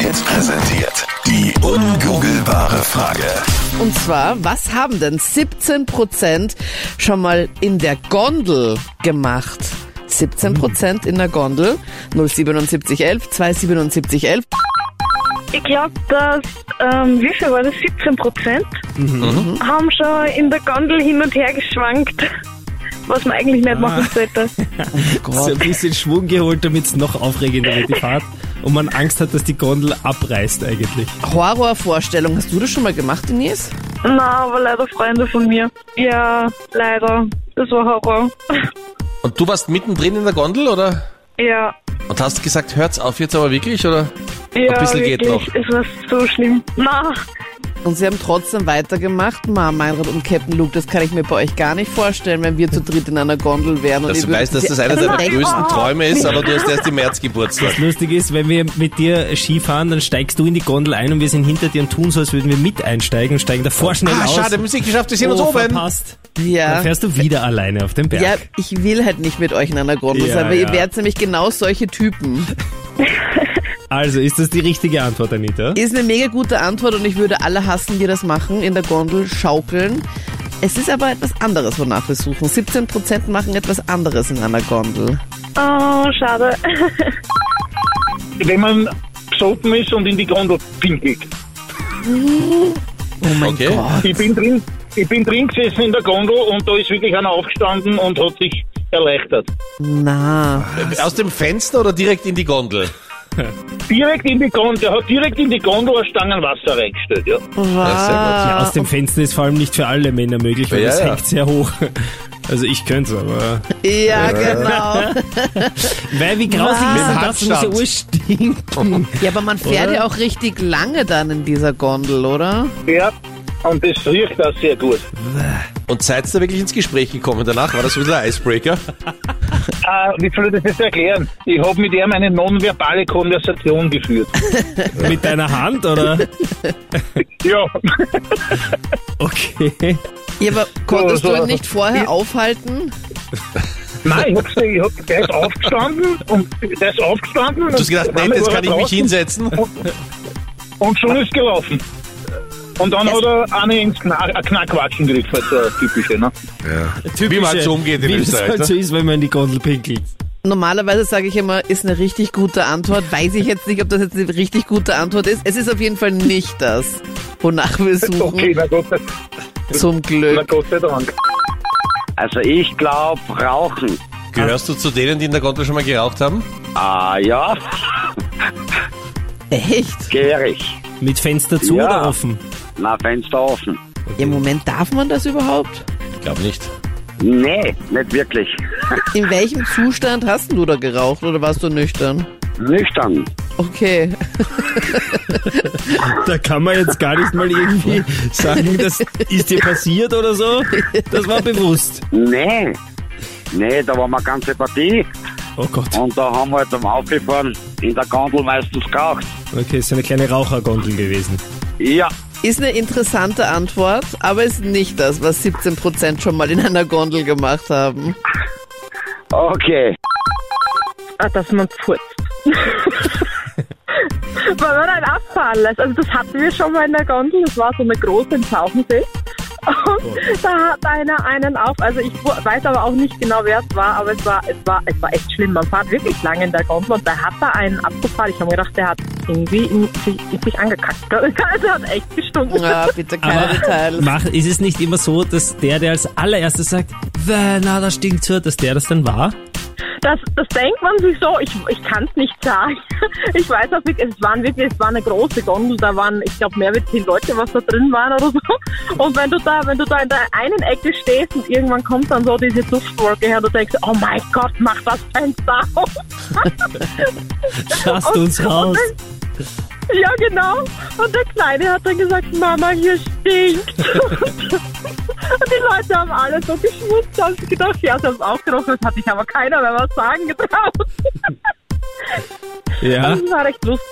Hits präsentiert die ungoogelbare Frage. Und zwar, was haben denn 17% schon mal in der Gondel gemacht? 17% in der Gondel 07711 27711. Ich glaube, dass, ähm, wie viel war das? 17 Prozent Mhm. haben schon in der Gondel hin und her geschwankt, was man eigentlich Ah. nicht machen sollte. So ein bisschen Schwung geholt, damit es noch aufregender wird, die Fahrt. Und man Angst hat, dass die Gondel abreißt eigentlich. Horrorvorstellung. Hast du das schon mal gemacht, Denise? Na, aber leider Freunde von mir. Ja, leider. Das war Horror. Und du warst mittendrin in der Gondel, oder? ja. Und hast gesagt, hört's auf jetzt aber wirklich, oder? Ja, bisschen geht wirklich. Es war so schlimm. Na, Und sie haben trotzdem weitergemacht. Ma, Meinrad und Captain Luke, das kann ich mir bei euch gar nicht vorstellen, wenn wir zu dritt in einer Gondel wären. Und Dass ihr du würdet weißt, dass sie das einer deiner erschrecken. größten Träume ist, aber du hast erst im März Geburtstag. Das Lustige ist, wenn wir mit dir Skifahren, dann steigst du in die Gondel ein und wir sind hinter dir und tun so, als würden wir mit einsteigen und steigen davor schnell Ah, aus. schade, haben es nicht geschafft, wir sind uns oh, oben. verpasst. Dann Ja. fährst du wieder alleine auf den Berg. Ja, ich will halt nicht mit euch in einer Grunde Ja, sein, weil ihr ja. werdet nämlich genau solche Typen. Also ist das die richtige Antwort, Anita? Ist eine mega gute Antwort und ich würde alle hassen, die das machen, in der Gondel schaukeln. Es ist aber etwas anderes, wonach wir suchen. 17% machen etwas anderes in einer Gondel. oh, schade. wenn man besoffen ist und in die Gondel pinkelt. okay. Ich bin drin, ich bin drin gesessen in der Gondel und da ist wirklich einer aufgestanden und hat sich erleichtert. Na, Aus dem Fenster oder direkt in die Gondel? Direkt in die Gondel, der hat direkt in die Gondel ein Stangenwasser reingestellt, ja. Ja, Aus wow. dem Fenster ist vor allem nicht für alle Männer möglich, weil Ja, das ja. hängt sehr hoch. Also ich könnte es, aber... Ja, genau. Weil wie grausig Was? ist denn das? Das muss ja Handstand. urstinken. Ja, aber man fährt Oder? ja auch richtig lange dann in dieser Gondel, oder? Ja, und das riecht auch sehr gut. Und seid ihr wirklich ins Gespräch gekommen danach? War das wieder ein Icebreaker? Ah, wie soll ich das jetzt erklären? Ich habe mit ihm eine nonverbale Konversation geführt. Mit deiner Hand, oder? ja, Okay. Ja, aber konntest du so- ihn nicht vorher aufhalten? nein, ich hab, gesehen, ich hab, der ist aufgestanden und der ist aufgestanden. Du hast gedacht, nein, jetzt kann ich mich hinsetzen. Und schon ist gelaufen. Und dann hat er eine ins Knack, ein Knackwatschen gekriegt, halt so ein typische, ne? Wie man halt so umgeht in Wie es Österreich, halt ne? so ist, wenn man in die Gondel pinkelt. Normalerweise sage ich immer, ist eine richtig gute Antwort. Weiß ich jetzt nicht, ob das jetzt eine richtig gute Antwort ist. Es ist auf jeden Fall nicht das, wonach wir suchen. Okay, na Gott, sei- Zum na Glück. Gott sei Dank. Also ich glaube Rauchen. Gehörst du zu denen, die in der Gondel schon mal geraucht haben? Ah ja, Echt? gierig. Mit Fenster zu Ja. oder offen? Na, Fenster offen. Im Moment darf man das überhaupt? Ich glaube nicht. Nee, nicht wirklich. In welchem Zustand hast denn du da geraucht oder warst du nüchtern? Nüchtern. Okay. Da kann man jetzt gar nicht mal irgendwie sagen, das ist dir passiert oder so. Das war bewusst. Nee. Nee, da war eine ganze Partie Oh Gott. und da haben wir halt am Aufgefahren in der Gondel meistens geraucht. Okay, ist eine kleine Rauchergondel gewesen. Ja, Ist eine interessante Antwort, aber ist nicht das, was 17% schon mal in einer Gondel gemacht haben. okay. Ah, dass man furzt. Weil man einen abfahren lässt. Also das hatten wir schon mal in der Gondel. Das war so eine große im Taufensee. Und da hat einer einen auf. Also ich wu- weiß aber auch nicht genau, wer es war, aber es war, es war, es war echt schlimm. Man fährt wirklich lange in der Gondel und da hat er einen abgefahren. Ich habe mir gedacht, der hat irgendwie in, sich, in sich angekackt. Also hat echt gestunken. Ja, bitte keine Aber Details. mach, ist es nicht immer so, dass der, der als allererstes sagt, "Wäh, na, da stinkt's so, dass der das dann war? Das, das denkt man sich so, ich, ich kann es nicht sagen. Ich weiß auch wirklich, es, waren wirklich, es war eine große Gondel, da waren, ich glaube, mehr als zehn Leute, was da drin waren oder so. Und wenn du da, wenn du da in der einen Ecke stehst und irgendwann kommt dann so diese Duftwolke her, du denkst, oh mein Gott, mach das Fenster auf. Lasst Oh Und- uns raus. und- Ja, genau. Und der Kleine hat dann gesagt, Mama, hier stinkt. und die Leute haben alle so geschmutzt, haben sich gedacht, ja, sie haben es aufgerochen, das hat sich aber keiner mehr was sagen getraut. Ja, Das war recht lustig.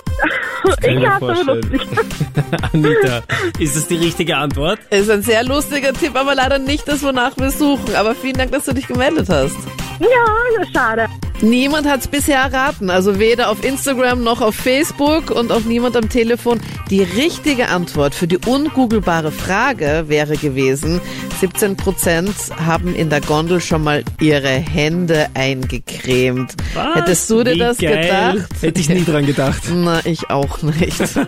kann ich Ich mir hatte aber lustig. vorstellen. Anita, ist das die richtige Antwort? Ist ein sehr lustiger Tipp, aber leider nicht das, wonach wir suchen. Aber vielen Dank, dass du dich gemeldet hast. Ja, schade. Niemand hat es bisher erraten. Also weder auf Instagram noch auf Facebook und auch niemand am Telefon. Die richtige Antwort für die ungoogelbare Frage wäre gewesen, 17% haben in der Gondel schon mal ihre Hände eingecremt. Was? Hättest du dir Wie das geil. gedacht? Hätte ich nie dran gedacht. Na, ich auch nicht.